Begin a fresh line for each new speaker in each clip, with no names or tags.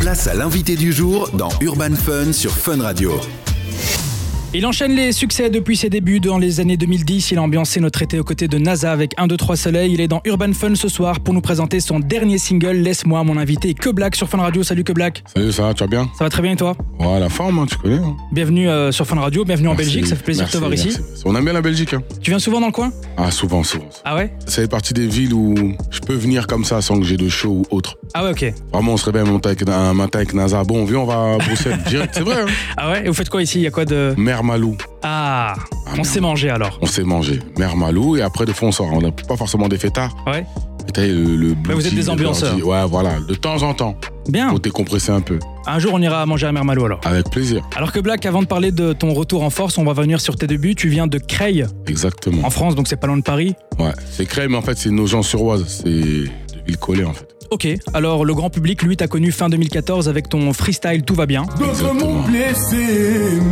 Place à l'invité du jour dans Urban Fun sur Fun Radio.
Il enchaîne les succès depuis ses débuts dans les années 2010. Il a ambiancé notre été aux côtés de NASA avec 1, 2, 3 Soleil. Il est dans Urban Fun ce soir pour nous présenter son dernier single Laisse-moi mon invité Que Black sur Fun Radio. Salut Que Black.
Salut, ça va, tu vas bien
Ça va très bien et toi
Ouais, la forme, hein, tu connais. hein.
Bienvenue euh, sur Fun Radio, bienvenue en
Merci,
Belgique, ça fait plaisir de te
merci,
voir ici.
merci. On aime bien la Belgique. hein.
Tu viens souvent dans le coin
Ah, souvent, souvent. souvent.
Ah ouais
C'est partie des villes où je peux venir comme ça sans que j'ai de show ou autre.
Ah ouais ok.
Vraiment, on se réveille un matin avec, un matin avec NASA. Bon, viens, on va à Bruxelles direct, c'est vrai. Hein.
Ah ouais Et vous faites quoi ici Il y a quoi de...
Mère Malou,
Ah On
merde.
s'est mangé alors.
on s'est mangé. Mère Malou, et après, de fois, on sort. On n'a pas forcément des fêtards.
Ouais
Mais t'as le, le
Mais vous êtes
bloody,
des
le
ambianceurs. Ah.
bloody. Ouais, voilà. De temps en temps,
Bien
pour décompresser un peu.
Un jour on ira manger à Mermalou alors.
Avec plaisir.
Alors que Black, avant de parler de ton retour en force, on va venir sur tes débuts. Tu viens de Creil
Exactement.
en France, donc c'est pas loin de Paris.
Ouais. C'est créé, mais en fait, c'est nos gens suroises. C'est de villes collées, en fait.
Ok, alors le grand public, lui, t'a connu fin 2014 avec ton freestyle Tout va bien.
D'autres m'ont
Exactement.
blessé,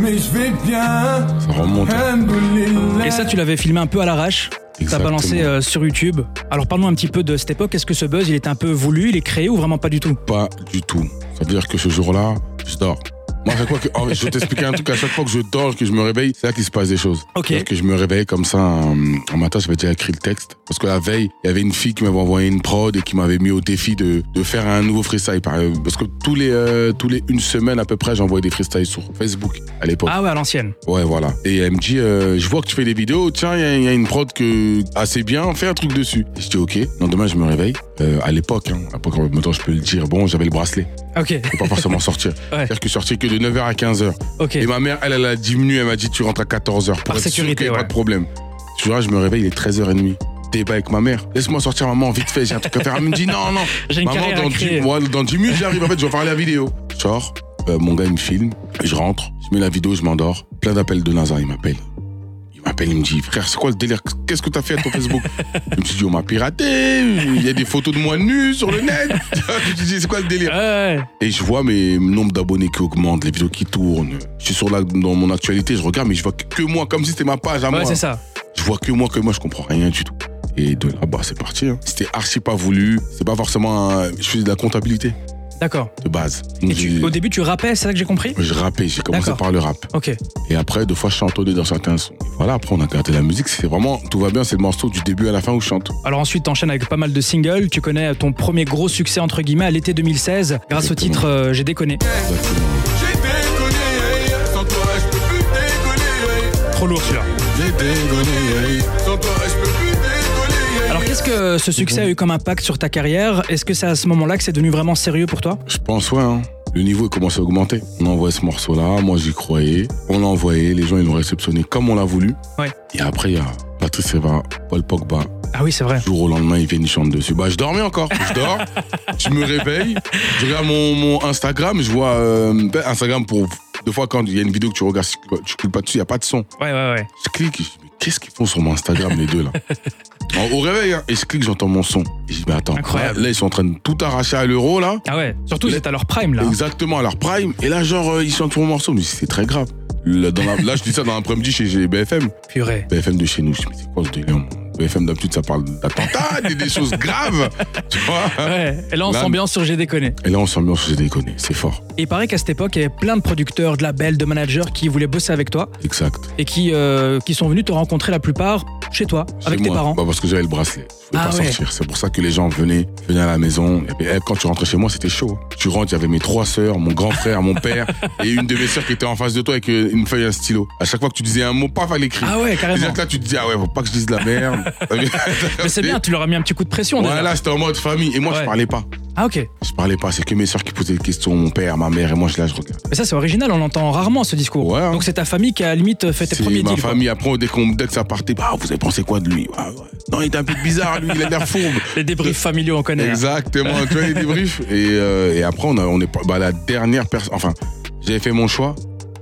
mais je vais bien.
Ça remonte. hein.
Alhamdoulilah.
Et ça, tu l'avais filmé un peu à l'arrache. T'as
Exactement.
balancé euh, sur YouTube. Alors parle-nous un petit peu de cette époque. Est-ce que ce buzz, il est un peu voulu, il est créé ou vraiment pas du tout
Pas du tout. Ça veut dire que ce jour-là, je dors. Moi, à chaque fois que. oh, je vais t'expliquer un truc, à chaque fois que je dors, que je me réveille, c'est là qu'il se passe des choses.
Ok.
C'est-à-dire que je me réveille comme ça, en en matin, j'avais déjà écrit le texte. Parce que la veille, il y avait une fille qui m'avait envoyé une prod et qui m'avait mis au défi de, de faire un nouveau freestyle. Par- Parce que tous les, euh, tous les une semaine à peu près, j'envoyais des freestyles sur Facebook à l'époque.
Ah ouais, à l'ancienne.
Ouais, voilà. Et elle me dit, euh, je vois que tu fais des vidéos, tiens, il y, a- il y a une prod que assez bien, fais un truc dessus. Je dis, ok. Le lendemain, je me réveille. Euh, à l'époque, hein, à l'époque, maintenant, je peux le dire, bon, j'avais le bracelet.
Ok,
Je peux pas forcément sortir. C'est-à-dire que je sortais que de 9h à 15h.
ok.
Et ma mère, elle, elle a diminué, elle m'a dit, tu rentres à 14h. Pour
Par
être sûr
sécurité,
qu'il y ait
ouais.
pas de problème. Tu vois, je me réveille, il est 13h30. Débat avec ma mère. Laisse-moi sortir, maman, vite fait, j'ai un truc à faire. Elle me dit, non, non.
J'ai une
Maman,
carrière à
dans 10,
créer.
ouais, dans 10 minutes, j'arrive. En fait, je vais faire la vidéo. Je sors, euh, mon gars, il me filme. Je rentre, je mets la vidéo, je m'endors. Plein d'appels de NASA, il m'appelle. Il m'appelle, il me dit, frère, c'est quoi le délire Qu'est-ce que t'as fait à ton Facebook Je me suis dit, on m'a piraté. Il y a des photos de moi nu sur le net. je me suis dit, c'est quoi le délire
Ouais,
et je vois mes nombres d'abonnés qui augmentent, les vidéos qui tournent. Je suis sur la, dans mon actualité, je regarde, mais je vois que, que moi, comme si c'était ma page à
ouais
moi.
c'est ça.
Je vois que moi, que moi, je comprends rien du tout. Et de là, bah, c'est parti. hein. C'était archi pas voulu. C'est pas forcément. un- Je fais de la comptabilité
D'accord.
de base.
Et
Donc,
tu-
j'ai-
au début, tu rappais, c'est ça que j'ai compris
je rappais, j'ai commencé
D'accord.
par le rap.
Ok.
Et après, deux fois, je chantonnais dans certains sons. Et voilà, après, on a gardé la musique. C'est vraiment, tout va bien, c'est le morceau du début à la fin où je chante.
Alors ensuite, t'enchaînes avec pas mal de singles. Tu connais ton premier gros succès, entre guillemets, à l'été 2016, grâce au
Exactement.
titre euh, J'ai déconné.
Exactement.
J'ai déconné, hey. sans toi je peux plus décoller. hey.
Trop lourd celui-là.
J'ai déconné, hey. sans toi je peux plus décoller. hey.
Alors qu'est-ce que ce succès a eu comme impact sur ta carrière Est-ce que c'est à ce moment-là que c'est devenu vraiment sérieux pour toi
Je pense, ouais. hein. Le niveau commence à augmenter. On envoie ce morceau-là, moi j'y croyais. On l'a envoyé, les gens ils l'ont réceptionné comme on l'a voulu.
Ouais.
Et après, il y a Patrice Evra, Paul Pogba.
Ah oui, c'est vrai.
Du jour au lendemain, ils viennent, ils chantent dessus. Bah, je dormais encore. Je dors, je me réveille, je regarde mon, mon Instagram, je vois euh, ben, Instagram pour. Deux fois, quand il y a une vidéo que tu regardes, tu cliques pas dessus, il n'y a pas de son.
Ouais, ouais, ouais.
Je clique, je dis, mais qu'est-ce qu'ils font sur mon Instagram, les deux là Au- Au réveil, hein. et je clique, j'entends mon son. Et je dis, mais attends,
Incroyable.
là, ils sont en train de tout arracher à l'euro là.
Ah ouais. Surtout,
Le-
c'est à leur prime là.
Exactement, à leur prime. Et là, genre, euh, ils chantent mon morceau. Mais c'est très grave. Là, dans la- là, je dis ça dans l'après-midi chez, chez BFM.
Purée.
BFM de chez nous. Je me dis, c'est quoi ce délire moi BFM, d'habitude, ça parle d'attentats, des, des choses graves. Tu vois
Ouais. Et là, on
Là,
s'ambiance sur J'ai déconné.
Et là, on s'ambiance, j'ai déconné. C'est fort.
Et il paraît qu'à cette époque, il y avait plein de producteurs, de labels, de managers qui voulaient bosser avec toi
Exact.
et qui, euh, qui sont venus te rencontrer la plupart chez toi,
Chez
avec tes
moi,
parents.
bah, Parce que j'avais le bracelet. Je pouvais
Ah
pas
ouais.
sortir. C'est pour ça que les gens venaient, venaient à la maison. Et puis, eh, quand tu rentrais chez moi, c'était chaud. Tu rentres, il y avait mes trois sœurs, mon grand frère, mon père et une de mes sœurs qui était en face de toi avec euh, une feuille et un stylo. À chaque fois que tu disais un mot, paf, elle écrit.
Ah ouais, carrément.
C'est-à-dire que là, tu te dis, ah ouais, faut pas que je dise de la merde.
Mais c'est bien, tu leur as mis un petit coup de pression déjà.
Voilà, c'était en mode famille. Et moi,
Ouais.
je parlais pas.
Ah ok.
Je parlais pas. C'est que mes soeurs qui posaient des questions, mon père, ma mère, et moi, je là, je regarde.
Mais ça, c'est original, on entend rarement ce discours.
Ouais, hein.
Donc c'est ta famille qui a à la limite fait tes
C'est
premiers
ma
deals. quoi.
famille. Après, dès, qu'on- dès que ça partait, bah, vous avez pensé quoi de lui Ah, ouais. Non, il est un peu bizarre, lui, il a l'air fourbe.
Les débriefs familiaux, on connaît. hein.
Exactement, tu vois les débriefs. Et, euh, et après, on, a, on est pas- bah, la dernière personne. Enfin, j'avais fait mon choix.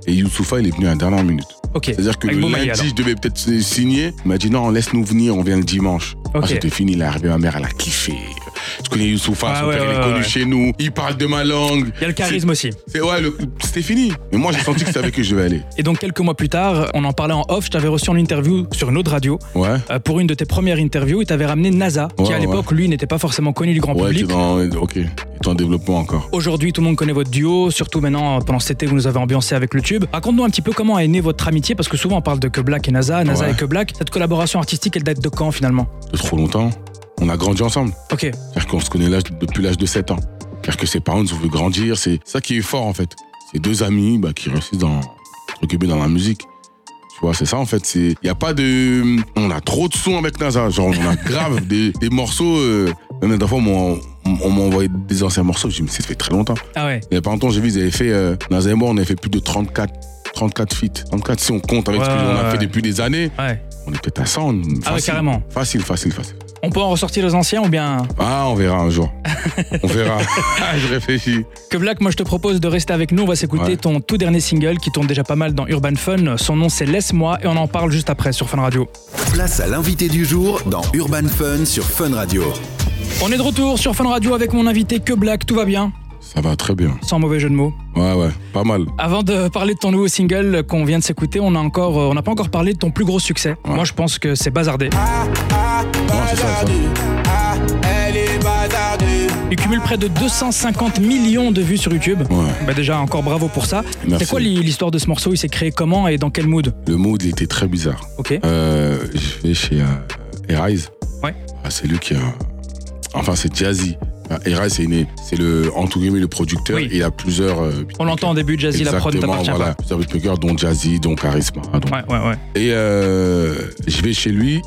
Et Youssoufa, il est venu à la dernière minute.
Ok.
C'est-à-dire que
Avec
le
Bomaï,
lundi,
alors.
je devais peut-être signer. Il m'a dit non, laisse-nous venir, on vient le dimanche. Ah,
Ok.
C'était fini, il est arrivé, ma mère, elle a kiffé. Tu connais Youssoufa,
Ah
son
ouais,
père, il
ouais,
est connu
ouais.
chez nous. Il parle de ma langue.
Il y a le charisme aussi.
C'est ouais, le- c'était fini. Mais moi, j'ai senti que c'est avec eux que je vais aller.
Et donc quelques mois plus tard, on en parlait en off, je t'avais reçu en interview sur une autre radio
Ouais.
euh, pour une de tes premières interviews et t'avais ramené NASA, qui
Ouais,
à l'époque, lui, n'était pas forcément connu du grand
Ouais, t'es
public.
dans, ok. T'es en développement encore.
Aujourd'hui, tout le monde connaît votre duo, surtout maintenant, euh, pendant cet été, vous nous avez ambiancé avec le tube. Raconte-nous un petit peu comment est née votre amitié, parce que souvent on parle de Que Black et NASA, NASA
Ouais.
et Que Black. Cette collaboration artistique, elle date de quand finalement
De trop longtemps, on a grandi ensemble.
Ok,
C'est-à-dire qu'on se connaît l'âge- depuis l'âge de 7 ans. C'est-à-dire que ses parents nous ont vu grandir. C'est ça qui est fort, en fait. C'est deux amis bah, qui réussissent dans, entre guillemets, dans la musique. Tu vois, c'est ça, en fait. Il n'y a pas de. On a trop de sons avec NASA. Genre, on a grave des, des morceaux. Euh... Même la dernière fois, on m'a- on m'a envoyé des anciens morceaux. Je me dit, mais ça fait très longtemps.
ah ouais.
Il y a pas longtemps, j'ai vu, ils avaient fait. Euh, NASA et moi, on avait fait plus de 34. 34 feats. 34 si on compte avec ce
Ouais,
qu'on a
ouais,
fait
ouais.
depuis des années,
Ouais.
on est peut-être à
Ah
100.
ouais,
facile.
carrément.
Facile, facile, facile.
On peut en ressortir les anciens ou bien
Ah, on verra un jour. On verra. Ah, je réfléchis.
Que Black, moi je te propose de rester avec nous. On va s'écouter
Ouais.
ton tout dernier single qui tourne déjà pas mal dans Urban Fun. Son nom c'est Laisse-moi et on en parle juste après sur Fun Radio.
Place à l'invité du jour dans Urban Fun sur Fun Radio.
On est de retour sur Fun Radio avec mon invité Que Black. Tout va bien,
Ça va très bien.
sans mauvais jeu de mots.
Ouais, ouais, pas mal.
Avant de parler de ton nouveau single qu'on vient de s'écouter, on a encore, euh, on n'a pas encore parlé de ton plus gros succès. Moi je pense que c'est Bazardé.
Non, c'est ça, ça.
ah, Elle est bazardée.
Il cumule près de 250 millions de vues sur YouTube.
Ouais.
Bah déjà encore bravo pour ça.
Merci.
C'est quoi l'hi- l'histoire de ce morceau Il s'est créé comment et dans quel mood
Le mood, il était très bizarre.
Ok.
Euh, je vais chez euh, Arise.
Ouais.
Ah, c'est lui qui a. Enfin, c'est Jazzy. Ah, Arise, c'est une- c'est le, entre guillemets, le producteur.
Oui.
Il a plusieurs. euh,
On l'entend au début de Jazzy, la prod ne
Exactement,
t'appartient
voilà. Plusieurs beatmakers, dont Jazzy, dont Charisma. dont-
pas. Ouais, ouais, ouais.
Et euh, je vais chez lui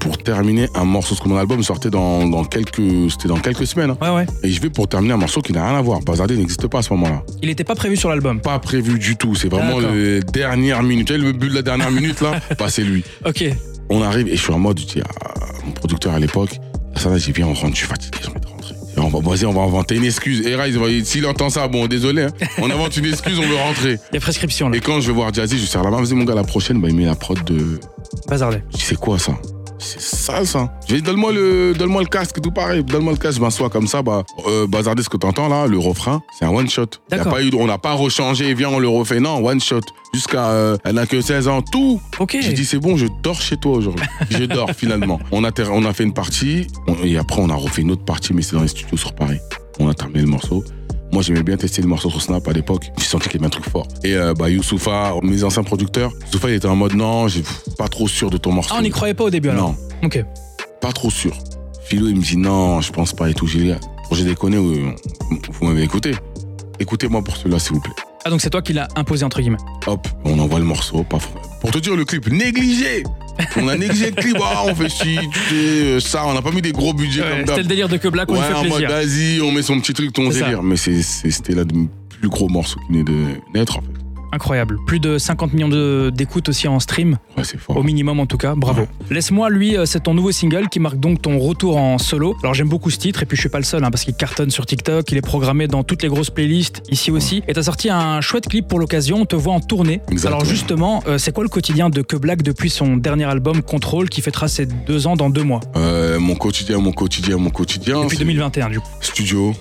pour terminer un morceau. Parce que mon album sortait dans, dans quelques. C'était dans quelques semaines. hein.
Ouais, ouais.
Et je vais pour terminer un morceau qui n'a rien à voir. Bazardé n'existe pas à ce moment-là.
Il n'était pas prévu sur l'album.
Pas prévu du tout. C'est vraiment
D'accord.
les dernières minutes. Tu vois, Le but de la dernière minute, là, bah, c'est lui.
Ok.
On arrive et je suis en mode, je dis à mon producteur à l'époque, ça là, j'ai bien, on rentre, je suis fatigué, j'ai envie de rentrer. Et on va vas-y, on va inventer une excuse. Et Rise, va- s'il entend ça, bon, désolé, hein. on invente une excuse, on veut rentrer.
Il y a prescription là.
Et quand je vais voir Jazzy, je lui serre la main, vas-y, mon gars, la prochaine, bah, il met la prod de.
Bazardé.
Je dis, c'est quoi ça c'est ça, ça. Je lui dis, donne-moi le, donne-moi le casque, tout pareil. Donne-moi le casque, je m'assois comme ça. Bah, euh, bazarder ce que t'entends là, le refrain, c'est un one shot. Y a
D'accord.
pas eu, on n'a pas rechangé, viens, on le refait. Non, one shot. Jusqu'à, euh, elle n'a que 16 ans, tout.
Ok.
J'ai dit, c'est bon, je dors chez toi aujourd'hui. je dors finalement. On a, ter- on a fait une partie, on- et après, on a refait une autre partie, mais c'est dans les studios sur Paris. On a terminé le morceau. Moi, j'aimais bien tester le morceau sur Snap à l'époque. J'ai senti qu'il y avait un truc fort. Et euh, bah, Youssoufa, mes anciens producteurs, Youssoufa, il était en mode, non, j'ai pas trop sûr de ton morceau.
Ah, on n'y croyait pas au début alors.
Non,
Ok.
pas trop sûr. Philo, il me dit, non, je pense pas et tout. J'ai dit, projet déconné, euh, vous m'avez écouté. Écoutez-moi pour cela, s'il vous plaît.
Ah, donc c'est toi qui l'as imposé entre guillemets.
Hop, on envoie le morceau. paf. Pour te dire, le clip, négligé On a négligé le clip, Ah, on fait chi, tu sais, euh, ça, on n'a pas mis des gros budgets
Ouais,
comme
C'était
ça.
le délire de que Black, on
Ouais,
lui fait
en mode,
plaisir.
vas-y, on met son petit truc, ton
C'est ça.
délire. Mais c'est- c'est- c'était l'un des plus gros morceaux qui venait de naître, en fait.
Incroyable. Plus de 50 millions de- d'écoutes aussi en stream,
Ouais, c'est fort.
au minimum en tout cas. Bravo.
Ouais.
Laisse-moi, lui, euh, c'est ton nouveau single qui marque donc ton retour en solo. Alors j'aime beaucoup ce titre et puis je suis pas le seul hein, parce qu'il cartonne sur TikTok, il est programmé dans toutes les grosses playlists ici aussi. Et t'as sorti un chouette clip pour l'occasion. On te voit en tournée.
Exactement.
Alors justement, euh, c'est quoi le quotidien de Que Black depuis son dernier album Control qui fêtera ses deux ans dans deux mois
Euh, mon quotidien, mon quotidien, mon quotidien.
depuis
Ah, c'est
2021 du coup.
Studio,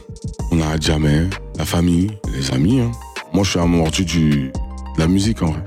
on n'arrête jamais. La famille, les amis. hein. Moi, je suis un mordu du, de la musique, en vrai.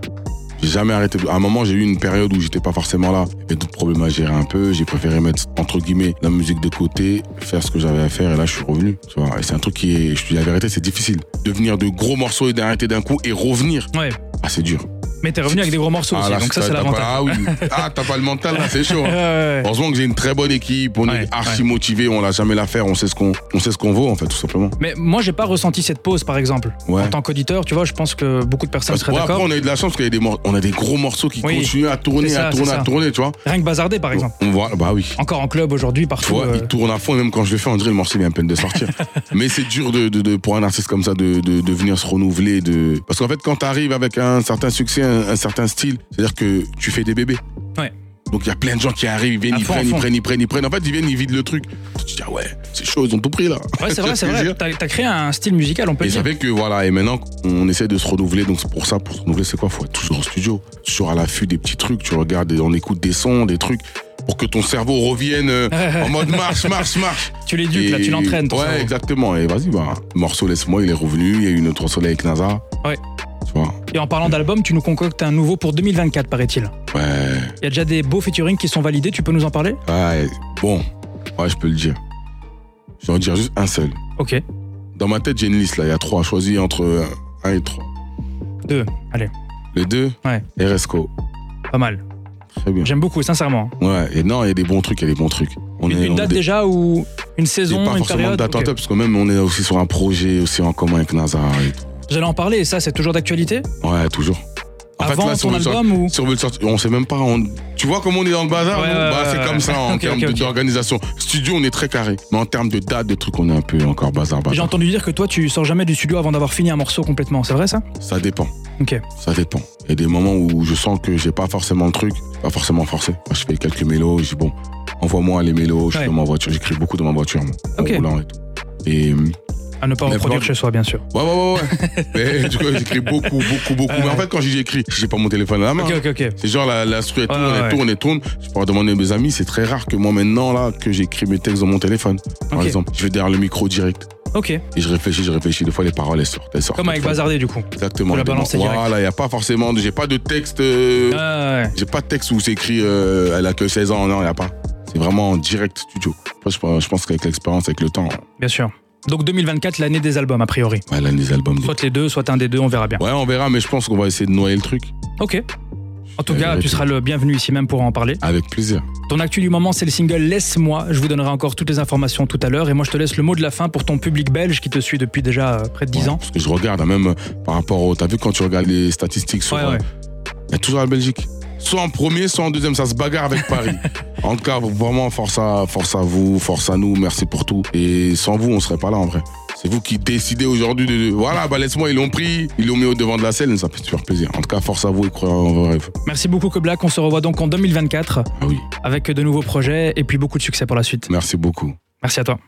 J'ai jamais arrêté. À un moment, j'ai eu une période où j'étais pas forcément là. Il y avait d'autres problèmes à gérer un peu. J'ai préféré mettre, entre guillemets, la musique de côté, faire ce que j'avais à faire. Et là, je suis revenu. Tu vois, et c'est un truc qui est, je te dis la vérité, c'est difficile. De venir de gros morceaux et d'arrêter d'un coup et revenir.
Ouais.
Ah, c'est dur.
Mais t'es revenu avec des gros morceaux
ah,
aussi,
là,
donc ça c'est
t'as
l'avantage.
pas- Ah oui. Ah, t'as pas le mental, là, c'est chaud. hein.
Ouais, ouais, ouais.
Heureusement que j'ai une très bonne équipe, on
Ouais,
est archi motivé, on l'a jamais l'affaire, on sait ce qu'on, on sait ce qu'on vaut en fait, tout simplement.
Mais moi j'ai pas ressenti cette pause par exemple.
Ouais.
En tant qu'auditeur, tu vois, je pense que beaucoup de personnes
Parce que
seraient
ouais, après,
d'accord.
on a eu de la chance parce qu'il y a des, mor- on a des gros morceaux qui
Oui.
continuent à tourner,
C'est ça,
à
c'est
tourner,
ça.
à tourner, tu vois.
Rien que bazardé par exemple.
On voit, bah oui.
Encore en club aujourd'hui
Tu
partout.
vois,
euh,
il tourne à fond, et même quand je le fais, on dirait le morceau il est à peine de sortir. Mais c'est dur de, de- de- pour un artiste comme ça de, de, de venir se renouveler. De... Parce qu'en fait, quand t'arrives avec un certain succès, un, un certain style, c'est-à-dire que tu fais des bébés.
Ouais.
Donc il y a plein de gens qui arrivent, ils viennent,
À
ils
fond,
prennent,
à
ils
fond.
prennent, ils prennent, ils prennent. En fait, ils viennent, ils vident le truc. Tu te dis, ah ouais, c'est chaud, ils ont tout pris là.
Ouais, c'est vrai, c'est
Je te
vrai.
jure.
T'as t'as créé un style musical, on peut
Et
le
ça
dire.
fait que voilà, et maintenant on essaie de se renouveler, donc c'est pour ça, pour se renouveler, c'est quoi Faut être toujours en studio, toujours à l'affût des petits trucs, tu regardes, et on écoute des sons, des trucs. pour que ton cerveau revienne euh, en mode marche, marche, marche.
Tu l'éduques, là,
Et-
tu l'entraînes. ton
Ouais,
cerveau.
exactement. Et vas-y, bah, le morceau Laisse-moi, il est revenu. Il y a eu une autre soleil avec NASA.
Ouais.
Tu vois
Et en parlant d'album, tu nous concoctes un nouveau pour 2024, paraît-il.
Ouais.
Il y a déjà des beaux featuring qui sont validés, tu peux nous en parler
Ouais. Bon, ouais, je peux le dire. Je vais en dire juste un seul.
Ok.
Dans ma tête, j'ai une liste là. Il y a trois. Choisis entre euh, un, un et trois.
Deux, allez,
Les deux
Ouais.
Et Resco.
pas mal.
Très bien.
J'aime beaucoup, sincèrement.
Ouais. Et non, il y a des bons trucs. Il y a des bons trucs. On
une,
est-
une
on
date
dé-
déjà ou une
Il y a
saison,
pas
une
forcément de
période
date en
Ok.
top, parce que même on est aussi sur un projet aussi en commun avec NASA. et tout.
J'allais en parler, ça c'est toujours d'actualité
Ouais, toujours. En
Avant
là, si on
ton
veut le sortir-
album ou
si on veut le sortir, on sait même pas. on- Tu vois comment on est dans le bazar
Ouais,
nous
ouais,
Bah,
ouais,
c'est
ouais,
comme ça en
Ok,
termes
ok,
de-
ok.
d'organisation. Studio, on est très carré. Mais en termes de date, de trucs, on est un peu encore bazar,
J'ai
bazar.
entendu dire que toi tu sors jamais du studio avant d'avoir fini un morceau complètement, c'est vrai ça
Ça dépend.
Ok.
Ça dépend. Il y a des moments où je sens que j'ai pas forcément le truc, pas forcément forcé. Moi, Je fais quelques mélos, je dis bon, envoie-moi les mélos, je suis
Ouais.
dans ma voiture, j'écris beaucoup dans ma voiture, moi, en
Ok.
roulant et tout. Et euh,
À ne pas
Mais
reproduire
bon.
chez soi, bien sûr.
ouais, ouais, ouais, ouais. Mais, du coup, j'écris beaucoup, beaucoup, beaucoup.
Ouais,
Mais en
ouais.
fait, quand j'écris, j'ai pas mon téléphone à la main.
Ok, ok, ok.
C'est genre la, la structure,
Ouais, ouais,
elle
ouais.
tourne, elle tourne, Je pourrais demander à mes amis, c'est très rare que moi maintenant, là, que j'écris mes textes dans mon téléphone. Par
Ok.
exemple, je vais derrière le micro direct
Ok,
et je réfléchis, je réfléchis. Des fois, les paroles, elles sortent, elles sortent.
comme avec
Des fois,
Bazardé du coup.
Exactement.
Tu la
Des
balances
moments-
direct.
Voilà, il n'y a pas forcément, de- j'ai pas de texte, euh,
Ah, ouais.
j'ai pas de texte où c'est écrit, euh, elle a que 16 ans, non, il n'y a pas. C'est vraiment en direct studio. Après, je pense- je pense qu'avec l'expérience, avec le temps,
Bien sûr. Donc 2024, l'année des albums a priori.
ouais, l'un des albums. des-
Soit les deux, soit un des deux, on verra bien.
Ouais, on verra, mais je pense qu'on va essayer de noyer le truc.
Ok. En tout
Euh,
cas, tu
répète.
seras le bienvenu ici même pour en parler.
Avec plaisir.
Ton actu du moment, c'est le single Laisse-moi. Je vous donnerai encore toutes les informations tout à l'heure. Et moi, je te laisse le mot de la fin pour ton public belge qui te suit depuis déjà euh, près de 10
Ouais,
ans.
Parce que je regarde, hein, même euh, par rapport au. T'as vu quand tu regardes les statistiques sur.
Ouais,
euh,
ouais.
Il y a toujours la Belgique. Soit en premier, soit en deuxième. Ça se bagarre avec Paris. en tout cas, vraiment, force à, force à vous, force à nous. Merci pour tout. Et sans vous, on serait pas là en vrai. C'est vous qui décidez aujourd'hui de. Voilà, bah laisse-moi, ils l'ont pris, ils l'ont mis au devant de la scène, ça peut te faire plaisir. En tout cas, force à vous et croyez en vos rêves.
Merci beaucoup, Koblak. On se revoit donc en 2024
Ah oui,
avec de nouveaux projets et puis beaucoup de succès pour la suite.
merci beaucoup.
Merci à toi.